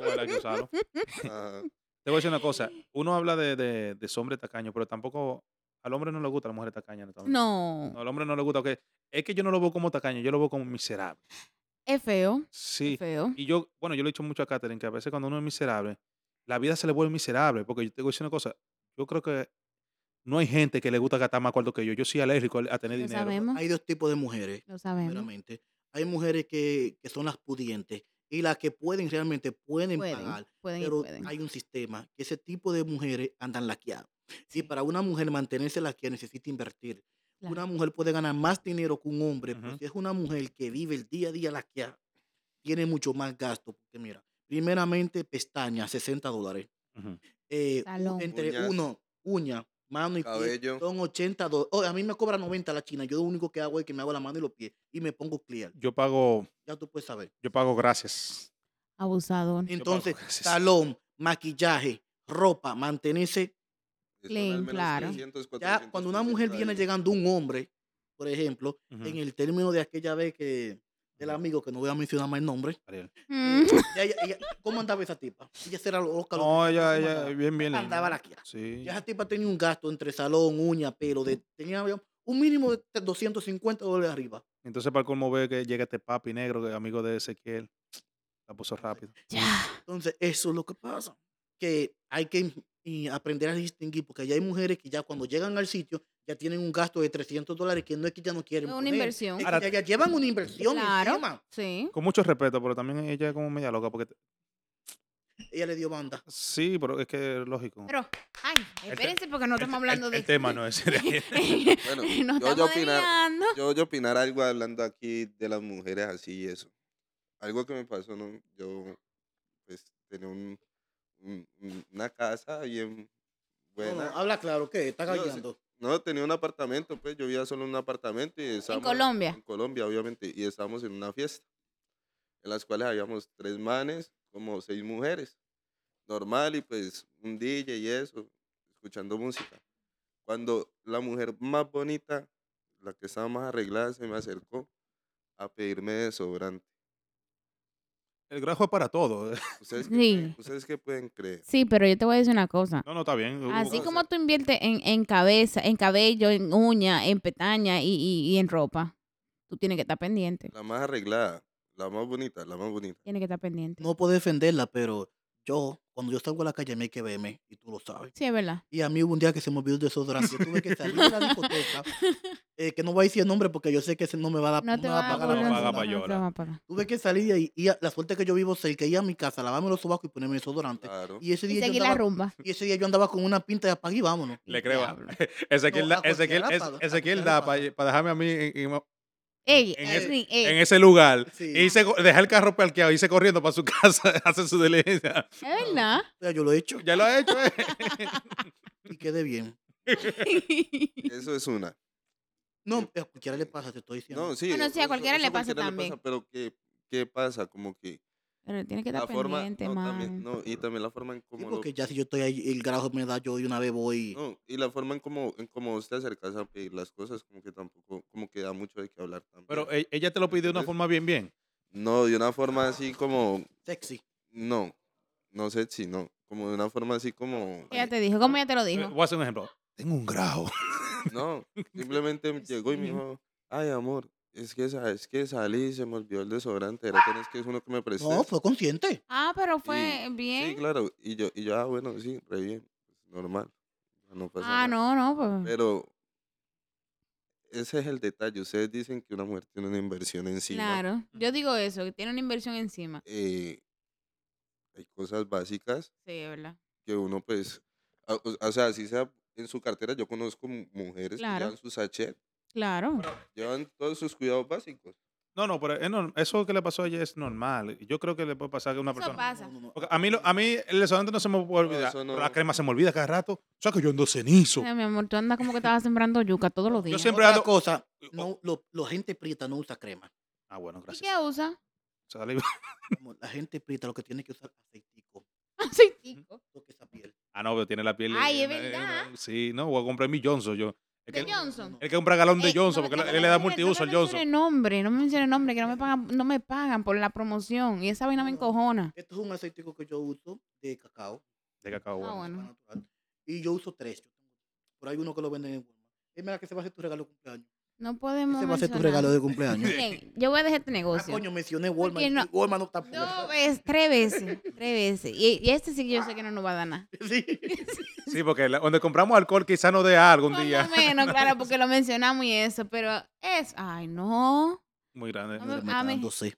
B: Ojalá hay que usarlo.
C: ajá.
B: Te voy a decir una cosa. Uno habla de, de, de ese hombre tacaño, pero tampoco. Al hombre no le gusta la mujer tacaña. No.
A: No,
B: No, al hombre no le gusta. que Es que yo no lo veo como tacaño, yo lo veo como miserable.
A: es feo.
B: Sí.
A: Es feo.
B: Y yo, bueno, yo le he dicho mucho a Catherine que a veces cuando uno es miserable, la vida se le vuelve miserable. Porque yo te voy a decir una cosa. Yo creo que no hay gente que le gusta gastar más cuarto que yo. Yo soy alérgico al- a tener
A: Lo
B: dinero.
A: sabemos,
D: Hay dos tipos de mujeres,
A: lo sabemos.
D: primeramente. Hay mujeres que, que son las pudientes y las que pueden realmente pueden,
A: Pueden,
D: pagar.
A: pueden y
D: Pero
A: pueden.
D: hay un sistema que ese tipo de mujeres andan laqueadas. Y para una mujer mantenerse laqueada necesita invertir.
A: Claro.
D: Una mujer puede ganar más dinero que un hombre, pero
B: Ujú.
D: si es una mujer que vive el día a día laqueada, tiene mucho más gasto. Porque mira, primeramente pestañas, 60 dólares.
B: Ujú.
D: Eh, u-
A: Salón.
D: entre
C: Uñas.
D: uno, uña, mano y pie,
C: Cabello.
D: son 80 dólares. Oh, a mí me cobra 90 la china. Yo lo único que hago es que me hago la mano y los pies y me pongo clear.
B: Yo pago,
D: Ya tú puedes saber.
B: yo pago gracias.
A: Abusador.
D: Entonces,
B: gracias.
D: salón, maquillaje, ropa, mantenerse.
C: Eso
A: Plain,
C: al menos
A: claro.
C: 300,
D: Ya
C: 400
D: cuando una
C: pesos
D: mujer
C: por
D: viene
C: ahí.
D: llegando un hombre, por ejemplo,
B: Ujú.
D: en el término de aquella vez que del amigo que no voy a mencionar más el nombre,
B: Ariel.
A: Mm.
D: Ya, ella- ella- ¿Cómo andaba esa tipa? Ella era loca. loca.
B: No, ella,
D: ¿Cómo
B: ella,
D: andaba?
B: bien, bien.
D: Andaba
B: linda.
D: la quiera.
B: Sí.
D: Ya esa tipa tenía un gasto entre salón, uña, pelo, de, tenía un mínimo de 250 dólares arriba.
B: Entonces, para el colmo, ve que llega este papi negro, que es amigo de Ezequiel. La puso rápido.
A: Ya.
D: Entonces, eso es lo que pasa. Que hay que y aprender a distinguir, porque ya hay mujeres que ya cuando llegan al sitio ya tienen un gasto de 300 dólares, que no es que ya no quieren.
A: Es una
D: poner,
A: inversión.
D: es que
B: Ahora-
D: ya, ya llevan una inversión
A: Claro.
D: encima.
A: Sí.
B: Con mucho respeto, pero también ella es como media loca. Porque te-
D: Ella le dio banda.
B: sí, pero es que es lógico.
A: Pero, ay, espérense porque no
B: El-
A: estamos hablando
B: el-
A: de.
B: El tema no es serio.
C: Bueno,
A: no
C: yo voy a
A: estamos
C: opinar.
A: desviando.
C: Yo voy a opinar algo hablando aquí de las mujeres así y eso. Algo que me pasó, ¿no? Yo, pues, tenía un, un- un- una casa bien
D: No, no,
C: buena. No,
D: habla claro, ¿qué? Está
C: Yo sé-
D: gallando.
C: tenía un apartamento, pues, yo vivía solo en un apartamento. Y
A: En
C: estábamos-
A: Colombia.
C: En Colombia, obviamente. Y estábamos en una fiesta, en las cuales habíamos tres manes, como seis mujeres. Normal, y pues, un DJ y eso, escuchando música. Cuando la mujer más bonita la que estaba más arreglada se me acercó a pedirme desodorante.
B: El grajo es para todo.
C: ¿Ustedes qué,
A: Sí.
C: creen? ¿Ustedes qué pueden creer?
A: Sí, pero yo te voy a decir una cosa.
B: No, no, está bien. hubo
A: Así
C: o
B: cosas.
A: como tú inviertes en, en cabeza, en cabello, en uña, en pestaña y, y- y en ropa, tú tienes que estar pendiente.
C: La más arreglada, la más bonita, la más bonita.
A: Tienes que estar pendiente.
D: No puedo defenderla, pero yo, cuando yo salgo a la calle, a mí hay que verme, y tú lo sabes.
A: Sí, es verdad.
D: Y a mí hubo un día que se me olvidó el desodorante. Yo tuve que salir de la discoteca, eh, que no voy a decir el nombre porque yo sé que ese Ah, no me va a dar
A: No te
D: me va
A: va a
D: pagar
B: la
A: pagar.
D: la
B: no
D: cuenta.
B: paga pa' llorar.
D: Tuve que salir de ahí y a- la suerte que yo vivo cerca, ir a mi casa, lavarme los sobacos y ponerme desodorante.
B: Ah,
C: Claro.
D: Y ese
A: Y
D: día, yo
A: seguir la
D: andaba,
A: rumba.
D: y ese día yo andaba con una pinta de apague y vámonos.
B: Le creo. a-
A: Diablo.
B: Ezequiel,
D: No,
B: da-
D: a
B: Ezequiel,
D: cualquiera
B: es-
D: paga, a
B: Ezequiel
D: cualquiera
B: da para
D: paga.
B: dejarme a mí en, en-
A: Ey,
B: En
A: ey,
B: ese-
A: sí, ey.
B: en ese lugar.
D: Sí.
B: Y se, deja el carro parqueado, irse corriendo para su casa, hace su diligencia.
A: Es verdad.
D: O sea, yo lo he hecho
B: Ya lo ha hecho, ¿eh?
D: y quedé bien.
C: Eso es una.
D: No, a cualquiera le pasa, te estoy diciendo.
C: No, sí.
A: Bueno, sí, a
C: eso-
A: cualquiera
C: eso
A: le pasa también.
C: pero ¿qué, ¿qué pasa? Como que
A: Pero tienes que
C: la
A: estar
C: forma...
A: pendiente,
C: no,
A: man.
C: también, no, y también la forma en
D: Sí,
C: cómo... lo-
D: porque ya si yo estoy ahí, el grajo me da, yo de una vez voy.
C: no, y la forma en cómo, en cómo vos te acercas a pedir las cosas, como que tampoco, como que da mucho de qué hablar también.
B: Pero e- ella te lo pidió de una
C: Entonces-
B: forma bien, bien.
C: no, de una forma así como,
D: Sexy.
C: no, no sé si no, como de una forma así como...
A: Ella te dijo, ¿cómo ella te lo
B: Eh,
A: dijo?
B: Voy a hacer un ejemplo. Tengo un grajo.
C: No, simplemente me llegó y me dijo, ay, amor, es que, sa- es que salí y se me olvidó el desodorante, ahora tenés que es uno que me
B: pues,
C: prestes.
D: No, pues, fue consciente.
A: Ah, pero fue
C: Sí, Sí,
A: bien.
C: claro, y yo, y yo, ah, bueno, sí, re bien, pues, normal, no pasa
A: Ah,
C: nada.
A: no, no, pues.
C: Pero ese es el detalle, ustedes dicen que una mujer tiene una inversión encima.
A: Claro. Yo digo eso, que tiene una inversión encima.
C: Eh, hay cosas básicas
A: Sí, es verdad.
C: que uno pues, a- o, o sea, así sea en su cartera, yo conozco mu- mujeres
A: Claro.
C: que llevan su sachet,
A: Claro.
C: llevan todos sus cuidados básicos.
B: No, no, pero es norm- eso que le pasó a ella es normal. Yo creo que le puede pasar a una
A: Eso
B: persona.
A: pasa.
D: No, no, no.
B: Porque a mí, lo- a mí el desodorante no se me puede
C: No,
B: olvidar.
C: eso no.
B: pero la crema se me olvida cada rato. O sea que yo ando cenizo.
A: Ay, mi amor, tú andas como que estabas sembrando yuca todos los días.
B: Yo siempre
D: Otra
B: ando-
D: cosa, no, lo, lo gente prieta no usa crema.
B: Ah, bueno,
A: ¿Y
B: gracias.
A: qué usa?
B: Saliva.
D: Como La gente prieta lo que tiene que usar aceitico.
A: Aceitico.
D: Toque esa piel.
B: Ah, no, pero tiene la piel.
A: Ay, es
B: eh, eh,
A: verdad.
B: Sí, no, voy a comprar mi Johnson. Yo. Es
A: ¿De
B: que él,
A: Johnson?
B: él que compra galón de
A: Ey,
B: Johnson
A: Eh, no me-
B: porque
A: no
B: él
A: me
B: le- él le da
A: mencione-
B: multiuso al
A: No me
B: Johnson.
A: mencione nombre, no me mencione nombre, que no me pagan, no me pagan por la promoción. Y esa vaina me
D: No.
A: encojona.
D: Esto es un aceitico que yo uso de cacao.
B: De cacao,
A: Ah,
B: bueno.
A: bueno.
D: Pan natural. Y yo uso tres. Yo tengo- Por ahí uno que lo venden en Walmart. Es mira que se va a hacer tu regalo de cumpleaños.
A: No podemos.
D: Ese va a ser tu
A: mencionar.
D: regalo de cumpleaños.
A: Miren, yo voy a dejar este
D: ah,
A: negocio.
D: coño, mencioné Walmart.
A: Porque no-
D: y Walmart no pues, está por-
A: Dos veces, tres veces, tres veces. Y, y este sí que yo sé que no nos va a dar nada.
D: Sí.
B: Sí, porque la- donde compramos alcohol quizá no dé algo un
A: Por
B: día.
A: lo menos, claro, porque lo mencionamos y eso, pero es, ay, no.
B: Muy grande.
A: No me-
D: Mira, me
A: a
D: está
A: mí-
D: dando sed.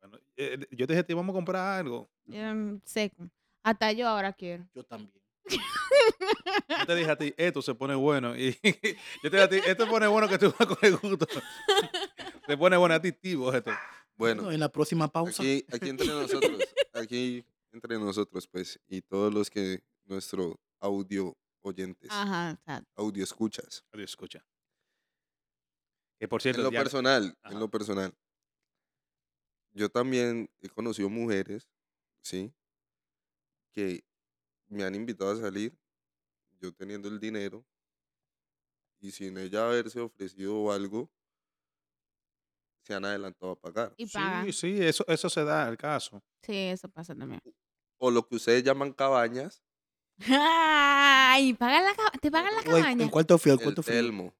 B: Bueno, eh, yo te dije, te vamos a comprar algo.
A: em, seco. Hasta yo ahora quiero.
D: Yo también.
B: Yo te dije a ti, esto se pone bueno. Y yo te dije a ti, esto se pone bueno que tú vas a coger gusto. Se pone bueno adictivo esto.
C: Bueno,
D: Bueno, en la próxima pausa.
C: Aquí, aquí entre nosotros, aquí entre nosotros, pues, y todos los que nuestro audio oyentes,
A: Ajá, exacto.
C: audio escuchas.
B: Adiós, escucha. Que por
C: En
B: cierto,
C: lo
B: ya-
C: personal,
B: Ajá.
C: en lo personal, yo también he conocido mujeres, ¿sí? Que me han invitado a salir, yo teniendo el dinero, y sin ella haberse ofrecido o algo, se han adelantado a pagar.
A: Y paga.
B: Sí, sí, eso, eso se da el caso.
A: Sí, eso pasa también.
C: O lo que ustedes llaman cabañas,
A: ¡Ay! Pagan la, ca- ¿Te pagan la
D: O en-
A: cabaña?
D: ¿En cuánto frío? ¿En
C: el
D: cuánto frío?
C: telmo,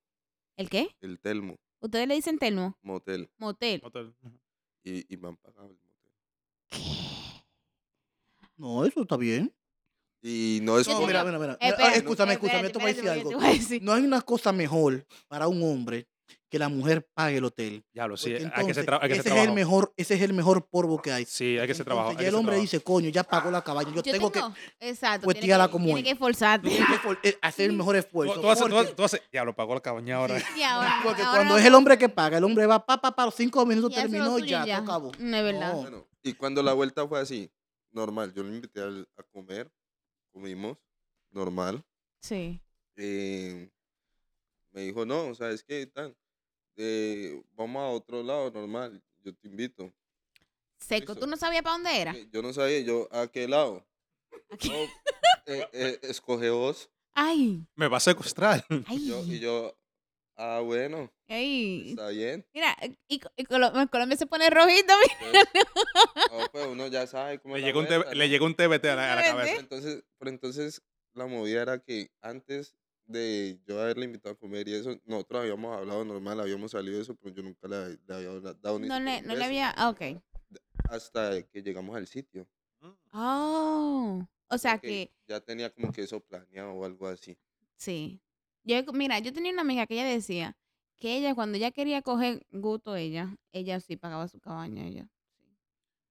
A: ¿El qué?
C: el telmo,
A: Ustedes le dicen telmo,
C: motel.
A: motel.
B: Hotel. Ujú.
C: Y, y me han pagado el motel.
D: No, eso está bien.
C: Y no es
A: Yo
D: No,
C: como-
A: mira,
D: mira, mira, mira.
A: Eh,
D: Ah,
A: espérate,
D: Escúchame,
A: espérate,
D: escúchame, esto me
A: espérate,
D: decir
A: porque yo
D: algo.
A: te voy a decir.
D: No hay una cosa mejor para un hombre que la mujer pague el hotel.
B: Ya lo sí,
D: porque
B: hay que
D: entonces
B: se trabaja.
D: ese, es el mejor, ese es el mejor polvo que hay.
B: Sí, hay que se
D: Entonces,
B: trabaja.
D: ya el hombre dice, coño, ya pagó la cabaña. Yo, tengo, que
A: Exacto.
D: pues,
A: tiene
D: tírala
A: que-
D: como
A: tiene
D: es.
A: que esforzarte.
D: tiene que for- eh, hacer el mejor esfuerzo.
B: Tú, tú haces, tú,
D: porque-
B: haces- tú haces- ya lo pagó la cabaña ahora.
A: Y ahora,
D: Porque
A: ahora
D: cuando
A: no
D: es el hombre que paga, el hombre va, pa, pa, pa, cinco minutos
A: Ya, eso es lo
D: terminó
A: tuyo
D: y ya,
A: ya. Mm.
D: se acabó.
A: No, es verdad.
D: No.
C: Bueno, y cuando la vuelta fue así, normal, yo lo invité al- a comer, comimos, normal.
A: Sí.
C: eh, me dijo, no, ¿sabes qué? Tan, eh, vamos a otro lado, normal, yo te invito.
A: Seco.
C: Eso.
A: ¿Tú no sabías para dónde era?
C: Eh, Yo no sabía, yo, ¿a qué lado?
A: Aquí.
C: No, eh, eh, escoge vos.
A: Ay,
B: Me va a secuestrar.
C: Y yo, y
A: ay.
C: yo, ah, bueno,
A: ay.
C: está bien.
A: Mira, eh, y, y Colo- en Colombia se pone rojito. mira.
C: Entonces, no, pues uno ya sabe cómo
B: Le
C: es la
B: llegó un,
C: vuelta,
B: T-
C: ¿no?
B: le llegó un TBT a la, a la cabeza.
C: Entonces, pero entonces la movida era que antes de yo haberle invitado a comer y eso, nosotros habíamos hablado normal, habíamos salido de eso, pero yo nunca le, le había dado ni
A: No
C: siquiera
A: le,
C: un
A: no le
C: beso.
A: había. Ah, ok.
C: hasta que llegamos al sitio.
A: Oh. O sea
C: porque
A: que,
C: Ya tenía como que eso planeado o algo así.
A: sí. Yo, mira, yo tenía una amiga que ella decía que ella, cuando ella quería coger gusto, ella, ella sí pagaba su cabaña. Ella.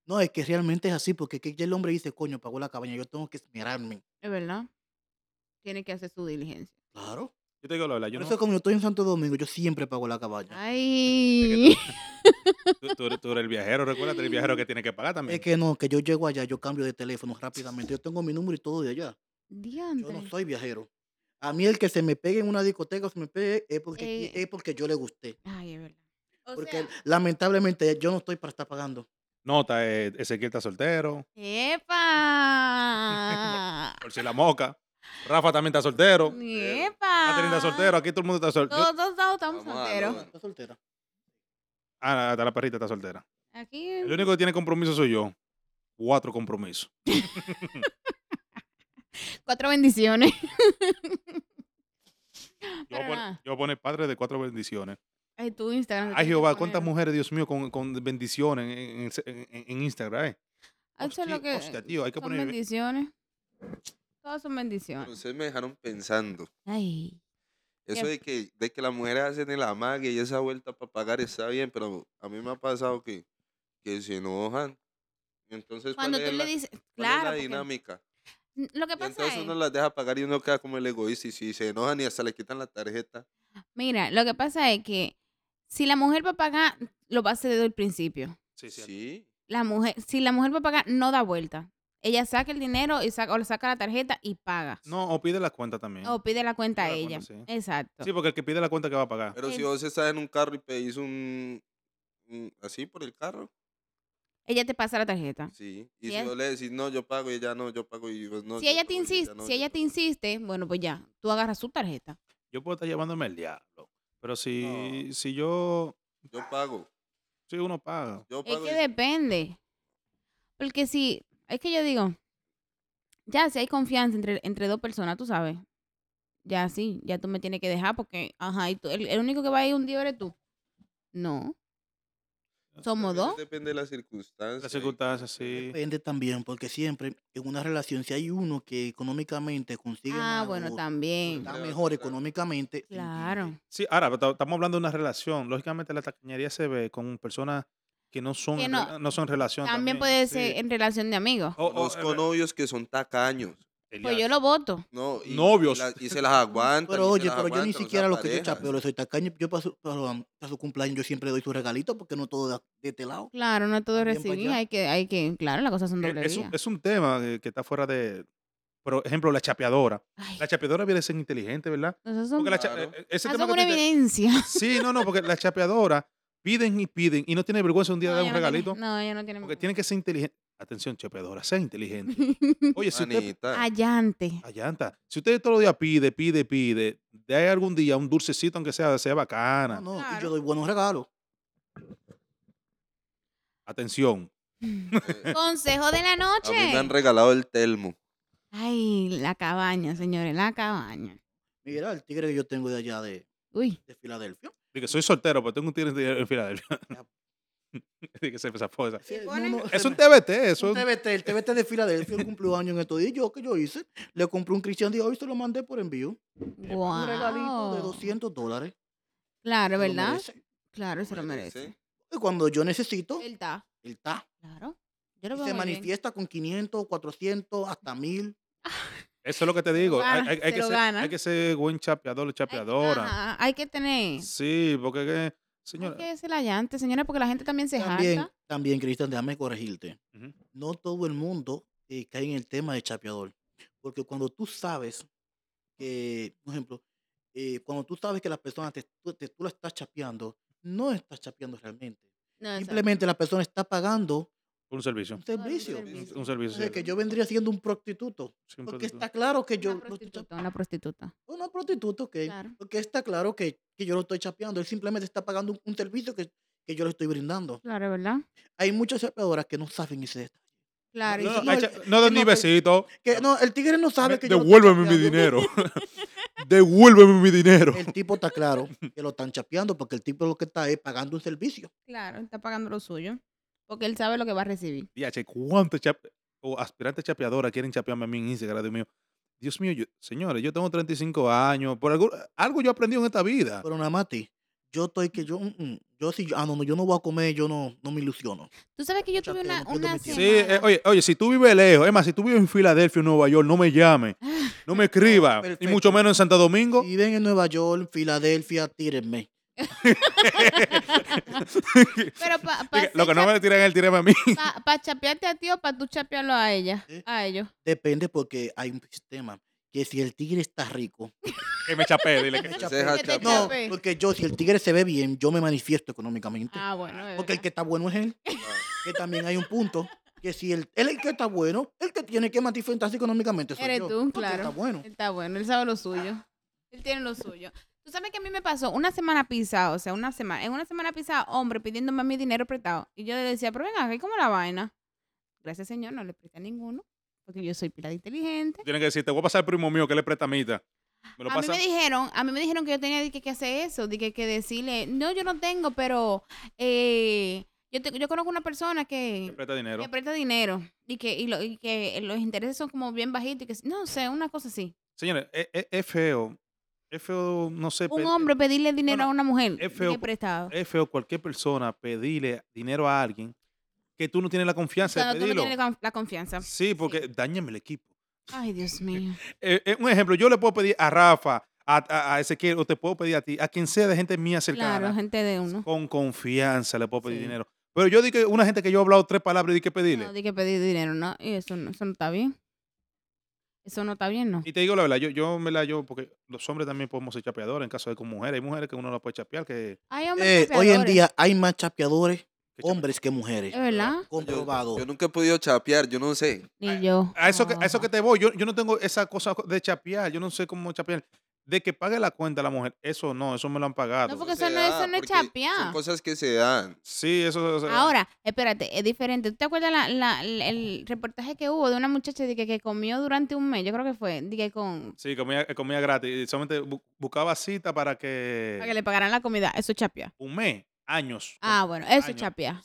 D: No, es que realmente es así, porque que ya el hombre dice, coño, pagó la cabaña, yo tengo que esmerarme.
A: Es verdad. Tiene que hacer su diligencia.
D: Claro.
B: Yo te digo la verdad, yo
D: Por
B: no,
D: eso, como yo estoy en Santo Domingo, yo siempre pago la cabaña.
A: Ay.
B: tú, tú eres- tú eres el viajero, recuérdate, el viajero que tiene que pagar también.
D: Es que no, que yo llego allá, yo cambio de teléfono rápidamente. Yo tengo mi número y todo de allá. Yo
A: Diantre.
D: no soy viajero. A mí el que se me pegue en una discoteca o se me pegue es porque,
A: Eh.
D: es porque yo le gusté.
A: Ay, es verdad. O
D: Porque
A: sea,
D: lamentablemente yo no estoy para estar pagando.
B: Nota, eh, Ezequiel está soltero,
A: ¡Epa!
B: por si la moca. Rafa también está soltero.
A: ¡Epa!
B: Catherine está soltero, aquí todo el mundo está soltero.
A: Todos, todos, todos estamos
C: Vamos a
A: solteros.
C: lo-
D: ¿Estás soltera?
B: Ah, hasta la perrita está soltera.
A: Aquí.
B: El único que tiene compromiso soy yo. Cuatro compromisos.
A: Cuatro bendiciones.
B: Yo voy a
A: Pero
B: poner-
A: nada.
B: yo voy a poner padre de cuatro bendiciones.
A: Ay, tu Instagram.
B: Ay,
A: tienes que
B: Jehová,
A: poner.
B: cuántas mujeres, Dios mío, con, con bendiciones en, en- en- en Instagram. eh.
A: Ay, Ah, eso es lo
B: Hostia,
A: que-
B: hostia, tío, hay que
A: son
B: poner- ¿eh?
A: bendiciones. Todas son bendiciones.
C: Entonces me dejaron pensando.
A: Ay.
C: Eso
A: Em
C: de que, de que las mujeres hacen el amague y esa vuelta para pagar está bien, pero a mí me ha pasado que, que se enojan. Entonces, pues, ¿cuál
A: Cuando
C: es
A: tú
C: la-
A: le dices.
C: cuál es
A: Claro.
C: la
A: porque-
C: dinámica?
A: Lo que
C: Y
A: pasa
C: entonces
A: es.
C: uno las deja pagar y uno queda como el egoísta. Y si se enojan y hasta le quitan la tarjeta.
A: Mira, lo que pasa es que si la mujer va a pagar, lo va a hacer desde el principio.
B: Sí, sí.
C: Sí.
A: la mujer, si la mujer va a pagar, no da vuelta. Ella saca el dinero y saca, o le saca la tarjeta y paga.
B: No, o pide la cuenta también.
A: O pide la cuenta a
B: Pide la
A: ella.
B: cuenta,
A: Exacto.
B: Sí, porque el que pide la cuenta que va a pagar.
C: Pero
A: Sí.
C: si vos estás en un carro y pedís un, un- así por el carro.
A: Ella te pasa la tarjeta.
C: Sí. Y
A: Sí, es-
C: si vos le decís, no, yo pago y ella no, yo pago y vos no.
A: si
C: yo
A: ella te
C: pago", y
A: insiste,
C: "No,
A: si
C: yo
A: ella te
C: pago".
A: insiste, bueno, pues ya, tú agarras su tarjeta.
B: Yo puedo estar llevándome el diablo. Pero si,
C: No.
B: si yo.
C: Yo pago.
B: Si uno paga.
C: Yo
A: Es
C: pago.
A: que
C: y-
A: depende. Porque si, es que yo digo, ya si hay confianza entre, entre dos personas, tú sabes. Ya sí, ya tú me tienes que dejar porque, ajá, y tú, el, el único que va a ir un día eres tú. No. Somos
C: También
A: dos.
C: Depende de las circunstancias.
B: Las circunstancias, sí.
D: Depende también, porque siempre en una relación, si hay uno que económicamente consigue
A: Ah,
D: más
A: bueno,
D: o
A: también.
D: está
C: Claro,
D: mejor
C: claro.
D: económicamente, se
A: Claro.
D: entiende.
B: Sí, ahora pero ta- estamos hablando de una relación. Lógicamente la tacañería se ve con personas que no son,
A: Que
B: en
A: no.
B: rela- no son relación.
A: También puede
B: sí.
A: ser eh, en relación de amigos.
B: O- o-
C: Los
B: eh,
C: novios que son tacaños.
B: el
A: Pues yo
B: diablo.
A: lo voto.
C: No, y,
B: Novios.
C: Y, la- y se las aguantan.
D: Pero
C: y se
D: oye,
C: las
D: pero yo ni
C: aguantan, o sea,
D: siquiera lo que yo
C: parejas.
D: chapeo le soy tacaño, yo para su, para, um, para su cumpleaños yo siempre le doy su regalito porque no todo da- de este lado.
A: Claro, no todo
D: También pa'
A: recibir,
D: allá.
A: hay que, hay que, claro, las cosas son
B: Eh,
A: doble
B: pues, es,
A: vía.
B: un, es un tema eh, que está fuera de. Por ejemplo, la chapeadora.
A: Ay,
B: La chapeadora viene a ser inteligente, ¿verdad?
A: nosotros somos,
B: Porque la cha-
C: Claro.
B: eh, eh, ese
A: ah,
B: tema
A: somos
B: que
A: una
B: tú te-
A: evidencia.
B: Sí, no, no, porque las chapeadoras piden y piden y no tienen vergüenza un día de dar
A: ella
B: un
A: no tiene-
B: regalito.
A: no, ella no tiene.
B: Porque tienen que ser inteligentes. Atención, chapeadora, sea inteligente. Oye, si usted,
C: Manita,
A: Allante.
B: allanta, si usted todos los días pide, pide, pide, de ahí algún día un dulcecito, aunque sea, sea bacana.
D: No, no, y
A: Claro.
D: yo doy buenos regalos.
B: Atención.
A: Consejo de la
C: A mí me han
A: noche.
C: regalado el Telmo.
A: Ay, la cabaña, señores, la cabaña.
D: Mira, el tigre que yo tengo de allá de,
A: Uy,
D: de Filadelfia.
B: Dije, soy soltero, pero tengo un tigre en en Filadelfia. Dije, se esa cosa.
D: Sí, Eh, no,
A: pone?
D: no,
B: Es
D: se
B: un
D: me-
B: TBT, eso.
D: un TBT, el TBT de Filadelfia él cumplió años en estos días. Yo que yo hice, le compré un Christian Dior y se lo mandé por envío. Un regalito de
A: wow.
D: 200 dólares.
A: Claro,
D: se lo
A: ¿verdad?
D: merece.
A: Claro, se lo
C: merece.
A: merece.
D: Y cuando yo necesito,
A: Él está,
D: él está.
A: claro. Yo
D: Y
A: lo veo
D: se
A: muy bien.
D: manifiesta con 500, 400, hasta 1000.
B: Eso es lo que te digo.
A: gana,
B: hay, hay- hay
A: se
B: que
A: lo
B: ser,
A: gana.
B: hay que ser buen chapeador o
A: Hay-
B: chapeadora.
A: ajá, hay que tener.
B: Sí, porque, que-
A: Hay
B: señora.
A: que ser allante, señores, porque la gente también se
D: También,
A: jacta.
D: también, Cristian, déjame corregirte.
B: Ujú.
D: No todo el mundo eh, cae en el tema de chapeador. Porque cuando tú sabes que, por ejemplo, eh, cuando tú sabes que la persona te, tú, te- tú la estás chapeando, no estás chapeando realmente. Simplemente la persona está pagando
B: Un servicio.
D: un servicio.
C: servicio.
B: Un un servicio.
D: O sea, que yo vendría siendo un prostituto.
B: sí, un
D: Porque
B: producto.
D: está claro que yo...
A: una
D: lo estoy chape-
A: prostituta, una prostituta.
D: Una prostituta, ok.
A: Claro.
D: Porque está claro que, que yo lo estoy chapeando. Él simplemente está pagando un, un servicio que, que yo le estoy brindando.
A: Claro, ¿verdad?
D: Hay muchas chapeadoras que no saben ese detalle.
A: Claro. y
B: No,
A: sí.
B: hay
D: el-
B: cha- no den
D: no, eh,
B: ni
D: que-
B: besito.
D: Que no, el tigre no sabe
B: Me-
D: que yo lo estoy
B: Devuélveme mi
D: chapeando.
B: dinero. Devuélveme mi dinero.
D: El tipo está claro que lo están chapeando porque el tipo lo que está es pagando un servicio.
A: Claro, está pagando lo suyo. Porque él sabe lo que va a recibir.
B: Diache, ¿cuántos chape- o aspirantes chapeadoras quieren chapearme a mí en Instagram? Dios mío. Dios mío, yo- señores, yo tengo 35 años. Por algo, algo yo aprendí en esta vida.
D: Pero nada más, ti, yo estoy que yo, mm, mm, yo si yo, ah, no, no, yo no voy a comer, yo no, no me ilusiono.
A: Tú sabes que yo tuve
D: Chapeo,
A: una,
D: no pierdo
A: una
D: mi tiempo.
B: Sí, eh, oye, oye, si tú vives lejos, es más, si tú vives en Filadelfia, en Nueva York, no me llame, no me escriba, y
D: perfecto.
B: mucho menos en Santo Domingo.
D: Si ven en Nueva York, Filadelfia, tírenme.
A: Pero para
B: Dije, Lo que no me tiran es el tirame a mí.
A: chapearte a ti o para tú chapearlo a ella,
D: ¿Eh?
A: a ellos.
D: Depende porque hay un sistema que si el tigre está rico,
B: que me chapee, dile que.
D: me
C: Ese es
D: chapea.
C: a
A: Que te
C: chapear.
D: no,
A: chape.
D: porque yo, si el tigre se ve bien, yo me manifiesto económicamente.
A: Ah, bueno. es
D: Porque el
A: verdad.
D: que está bueno es él.
C: Ah.
D: Que también hay un punto. Que si él, él es el que está bueno, el que tiene que manifestarse económicamente. soy
A: Eres
D: yo,
A: tú,
D: porque él
A: claro.
D: Está bueno.
A: Él Está bueno, él sabe lo suyo. Él tiene lo suyo. Tú sabes que a mí me pasó una semana pisada, o sea, una semana. En una semana pisada, hombre pidiéndome mi dinero prestado. Y yo le decía, pero venga, ¿y cómo la vaina? Gracias, señor, no le presté a ninguno. Porque yo soy pila de inteligente.
B: Tienen que decir, te voy a pasar el primo mío que le presta mitad. Me lo
A: a
B: pasa.
A: mí me dijeron, a mí me dijeron que yo tenía que, que hacer eso, de que, que decirle, no, yo no tengo, pero eh, yo, te- yo conozco una persona
B: le
A: que,
B: presta dinero.
A: que presta dinero y que, y, lo- y que los intereses son como bien bajitos y que, no sé, una cosa así.
B: Señores, es, es- es feo. Es feo, no sé. pe-
A: Un hombre pedirle dinero
B: no,
A: a una mujer
B: es feo
A: que prestado.
B: Es feo cualquier persona pedirle dinero a alguien que tú no tienes la confianza de
A: Cuando tú no
B: pedirlo.
A: tienes la conf- la confianza.
B: Sí, porque dañame el equipo.
A: Ay, Dios mío.
B: Eh, eh, un ejemplo, yo le puedo pedir a Rafa, a, a- a Ezequiel, o te puedo pedir a ti, a quien sea de gente mía cercana.
A: Claro, gente de uno.
B: Con confianza le puedo pedir
D: Sí.
B: dinero. Pero yo dije, una gente que yo he hablado tres palabras y dije, pedirle.
A: No, di que pedir dinero, ¿no? Y eso no, eso no está bien. Eso no está bien, ¿no?
B: Y te digo la verdad, yo, yo, en verdad, yo, porque los hombres también podemos ser chapeadores en caso de con mujeres. Hay mujeres que uno no puede chapear, que,
A: Hay
D: Eh,
A: hombres
D: hoy en
A: chapeadores,
D: día hay más chapeadores
B: que chapean.
D: hombres que mujeres.
A: Es verdad.
D: Comprobado.
C: Yo, yo nunca he podido chapear, yo no sé.
A: Ni yo.
B: A eso, que, a eso
A: Ah.
B: que te voy, yo, yo no tengo esa cosa de chapear, yo no sé cómo chapear. De que pague la cuenta la mujer, eso no, eso me lo han pagado.
A: No, porque
C: se
A: eso no,
C: da,
A: eso no es
C: porque Son
A: chapear.
C: cosas que se dan.
B: Sí, eso. eso-
A: Ahora, espérate, es diferente. ¿Tú te acuerdas la- la- la- el reportaje que hubo de una muchacha de que, que comió durante un mes? Yo creo que fue, de que con
B: Sí, comía, comía gratis. y Solamente bu- buscaba cita para que.
A: para que le pagaran la comida. Eso es chapia.
B: Un mes, años.
A: Ah, bueno, eso es
B: años.
A: chapia.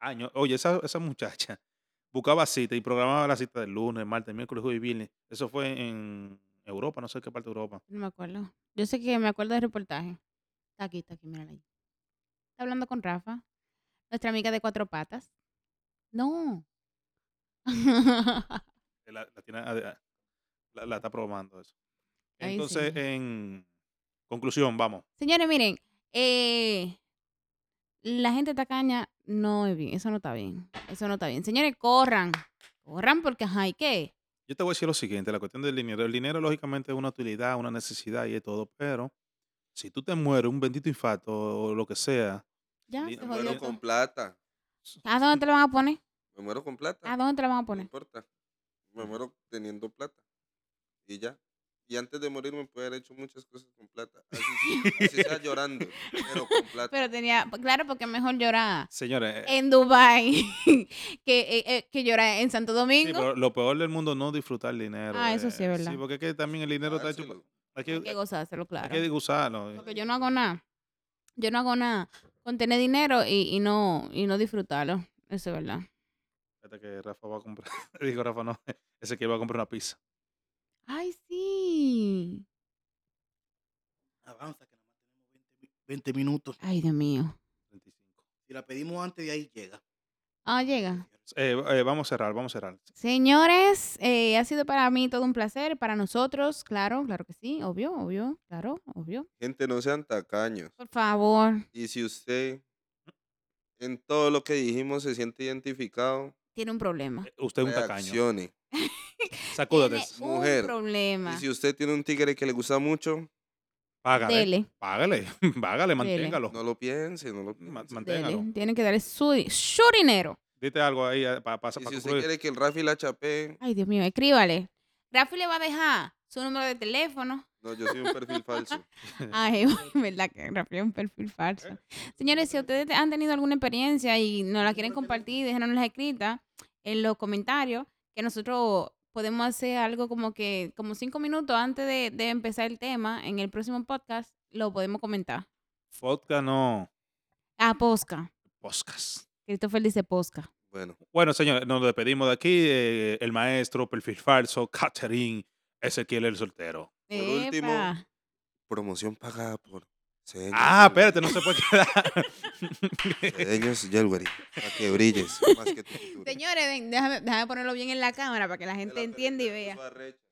B: años. Oye, esa, esa muchacha buscaba cita y programaba la cita del lunes, martes, miércoles, jueves y viernes. Eso fue en Europa, no sé qué parte de Europa.
A: No me acuerdo. Yo sé que me acuerdo del reportaje. Está aquí, está aquí, mírala ahí. Está hablando con Rafa, nuestra amiga de cuatro patas. No.
B: Eh, La, la tiene a- a- la- la está programando eso.
A: Ay,
B: Entonces,
A: sí.
B: en conclusión, vamos.
A: Señores, miren, eh, la gente tacaña no es bien, eso no está bien, eso no está bien. Señores, corran, corran porque, ajá, ¿y qué?
B: Yo te voy a decir lo siguiente, la cuestión del dinero. El dinero, lógicamente, es una utilidad, una necesidad y es todo, pero si tú te mueres, un bendito infarto o lo que sea,
A: Ya,
B: Di-
A: se
C: Me
B: bueno,
A: jodió
C: muero
B: todo.
C: con plata.
A: ¿A dónde te lo van a poner?
C: Me muero con plata.
A: ¿A dónde te lo van a
C: No
A: poner?
C: importa. Me muero teniendo plata. Y ya. Y antes de morirme puede haber hecho muchas cosas con plata. Así, así sea llorando, pero con plata.
A: Pero tenía, claro, porque mejor llora
B: Señores, eh,
A: en Dubai que, eh, eh, que llora en Santo
B: sí,
A: Domingo.
B: pero lo peor del mundo no disfrutar el dinero.
A: Ah, eso sí es
B: eh,
A: verdad.
B: Sí, porque es que también el dinero está hecho. pa-
C: Dárselo.
B: Hay que,
A: Hay que gozárselo,
B: hay
A: claro.
B: que gozarlo. eh,
A: Porque yo no hago nada. Yo no hago nada con tener dinero y, y no y no disfrutarlo. Eso es verdad.
B: Espérate que Rafa va a comprar. Digo, Rafa no. Ese que va a comprar una pizza.
A: Ay, sí.
D: Avanza, que nada más tenemos 20, mi- 20 minutos.
A: Ay, Dios mío.
B: 35.
D: Si la pedimos antes de ahí, llega.
A: Ah, llega.
B: Eh, eh, vamos a cerrar, vamos a cerrar.
A: Señores, eh, ha sido para mí todo un placer. Para nosotros, claro, claro que sí. Obvio, obvio, claro, obvio.
C: Gente, no sean tacaños.
A: Por favor.
C: Y si usted en todo lo que dijimos se siente identificado,
A: Tiene un problema.
B: Eh, Usted es un tacaño.
C: reaccione.
B: Sacúdate.
A: Tiene un
C: Mujer.
A: problema.
C: Y si usted tiene un tigre que le gusta mucho,
B: Págale.
A: Dele,
B: Págale. Págale, manténgalo.
C: no lo piense, no lo
B: Ma-
C: piense.
B: Manténgalo.
A: dele. Tienen que darle su, di- su dinero.
B: Dite algo ahí eh, para
C: Y si usted
B: concluir.
C: quiere que el Rafi la chapee,
A: Ay, Dios mío, escríbale. Rafi le va a dejar su número de teléfono.
C: no, yo soy un perfil falso.
A: Ay, verdad que Rafi es un perfil falso. Señores, si ustedes han tenido alguna experiencia y nos la quieren compartir, déjenosla escrita en los comentarios, que nosotros podemos hacer algo como que, como cinco minutos antes de, de empezar el tema, en el próximo podcast, lo podemos comentar.
B: Vodka no.
A: Ah, posca.
B: Podcast.
A: Christopher dice posca.
C: Bueno,
B: Bueno, señores, nos despedimos de aquí. eh, el maestro, perfil falso, Catherine, Ezequiel el soltero.
C: Por último,
A: Epa.
C: promoción pagada por Seños
B: Ah,
C: Yelwery.
B: espérate, no se puede quedar.
C: Seños Yelwery, para que brilles más que tu pintura.
A: Señores, ven, déjame, déjame ponerlo bien en la cámara para que la gente
C: La
A: entienda y
C: pelota
A: vea.
C: puso arrecha.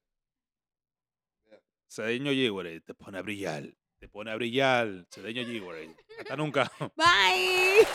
B: Sedeño Gigore, te pone a brillar. Te pone a brillar. Sedeño Gigore. Hasta nunca.
A: Bye.